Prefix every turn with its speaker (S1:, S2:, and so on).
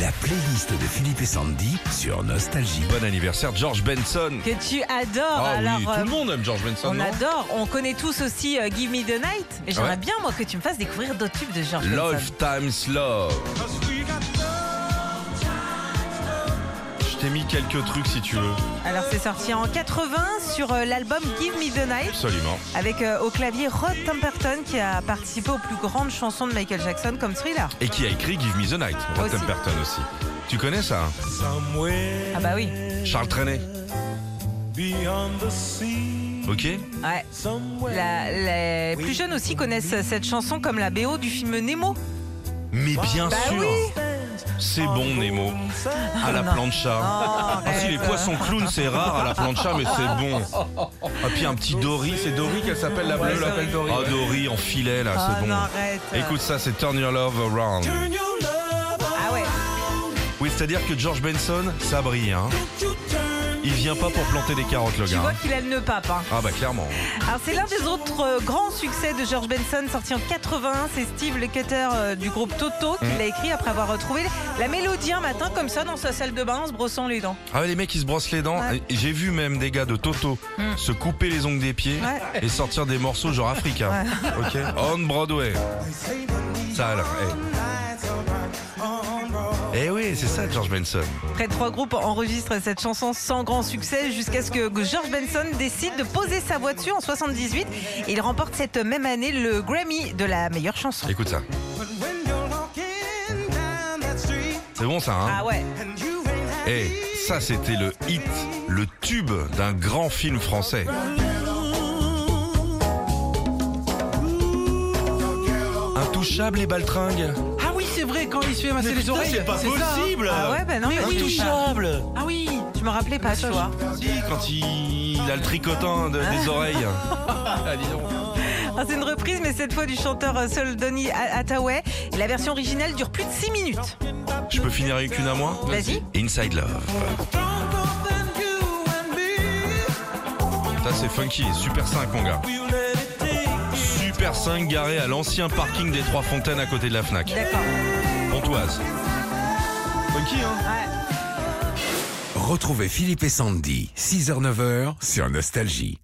S1: La playlist de Philippe et Sandy sur Nostalgie.
S2: Bon anniversaire George Benson.
S3: que tu adores.
S2: Ah
S3: Oh, Alors,
S2: oui,
S3: euh,
S2: tout le monde aime George Benson,
S3: on
S2: non
S3: adore. On connaît tous aussi euh, Give Me the Night. Mais j'aimerais
S2: Ouais.
S3: bien, moi, que tu me fasses découvrir d'autres tubes de George Benson.
S2: Lifetime's Love. Je t'ai mis quelques trucs si tu veux.
S3: Alors, c'est sorti en 80 sur euh, l'album Give Me the Night.
S2: Absolument.
S3: Avec euh, au clavier Rod Temperton qui a participé aux plus grandes chansons de Michael Jackson comme Thriller.
S2: Et qui a écrit Give Me the Night, Rod
S3: Aussi.
S2: Temperton aussi. Tu connais ça hein
S3: Ah bah oui.
S2: Charles Trenet,
S4: Beyond the sea,
S2: ok
S3: Ouais. La- les plus jeunes aussi connaissent cette chanson comme la BO du film Nemo.
S2: Mais bien
S3: Bah
S2: sûr
S3: oui. Oh.
S2: C'est bon Nemo, à la
S3: non.
S2: plancha.
S3: Ah
S2: Ah si, les poissons clowns, c'est rare à la plancha, mais c'est bon. Ah puis un petit Dory, c'est Dory qu'elle s'appelle la bleue
S3: Ouais,
S2: là
S3: Dory.
S2: Ah Dory en filet là,
S3: Ah
S2: c'est bon.
S3: non, arrête.
S2: Écoute ça, c'est Turn Your Love Around.
S4: turn your love on.
S3: Ah ouais.
S2: Oui, c'est-à-dire que George Benson, ça brille. Hein.
S4: Don't you turn
S2: Il vient pas pour planter des carottes, le
S3: Tu
S2: gars.
S3: vois
S2: hein.
S3: qu'il aime le pape. hein.
S2: Ah bah clairement.
S3: Alors c'est l'un des autres euh, grands succès de George Benson sorti en 81. C'est Steve le cutter euh, du groupe Toto qui l'a écrit après avoir retrouvé la mélodie un matin comme ça dans sa salle de bain en se brossant les dents.
S2: Ah ouais, les mecs, ils se brossent les dents.
S3: Ouais. Hmm.
S2: Et J'ai vu même des gars de Toto se couper les ongles des pieds
S3: Ouais.
S2: et sortir des morceaux genre africains. Ok. On Broadway. Ça alors. eh. Eh oui, c'est ça George Benson.
S3: Près de trois groupes enregistrent cette chanson sans grand succès jusqu'à ce que George Benson décide de poser sa voix dessus en 78. Il remporte cette même année le Grammy de la meilleure chanson.
S2: Écoute ça.
S4: but when you're walking down that street
S2: C'est bon ça, hein
S3: Ah ouais.
S4: and you ain't
S2: Eh,
S4: happy,
S2: ça c'était le hit, le tube d'un grand film français. Intouchable les baltringues.
S5: Ah oui, c'est vrai, quand il se fait masser les oreilles.
S2: c'est pas
S5: ça, hein.
S2: possible.
S3: Ah ouais, ben non, mais oui,
S5: Intouchable Ah oui
S3: je me rappelais pas, tu vois.
S2: Si, quand il, il a le tricotin de- des oreilles.
S3: Ah, c'est une reprise, mais cette fois du chanteur euh, seul Donny A- Hathaway. Et la version originale dure plus de 6 minutes.
S2: Je peux finir avec une à moi
S3: Vas-y.
S2: Inside Love.
S4: stronger than you and me.
S2: Ça c'est funky, super 5 mon gars.
S4: You let it take
S2: Super 5 garé à l'ancien parking des Trois Fontaines à côté de la Fnac.
S3: D'accord.
S2: Pontoise. Funky hein
S3: Ouais.
S1: Retrouvez Philippe et Sandy, 6h-9h sur Nostalgie.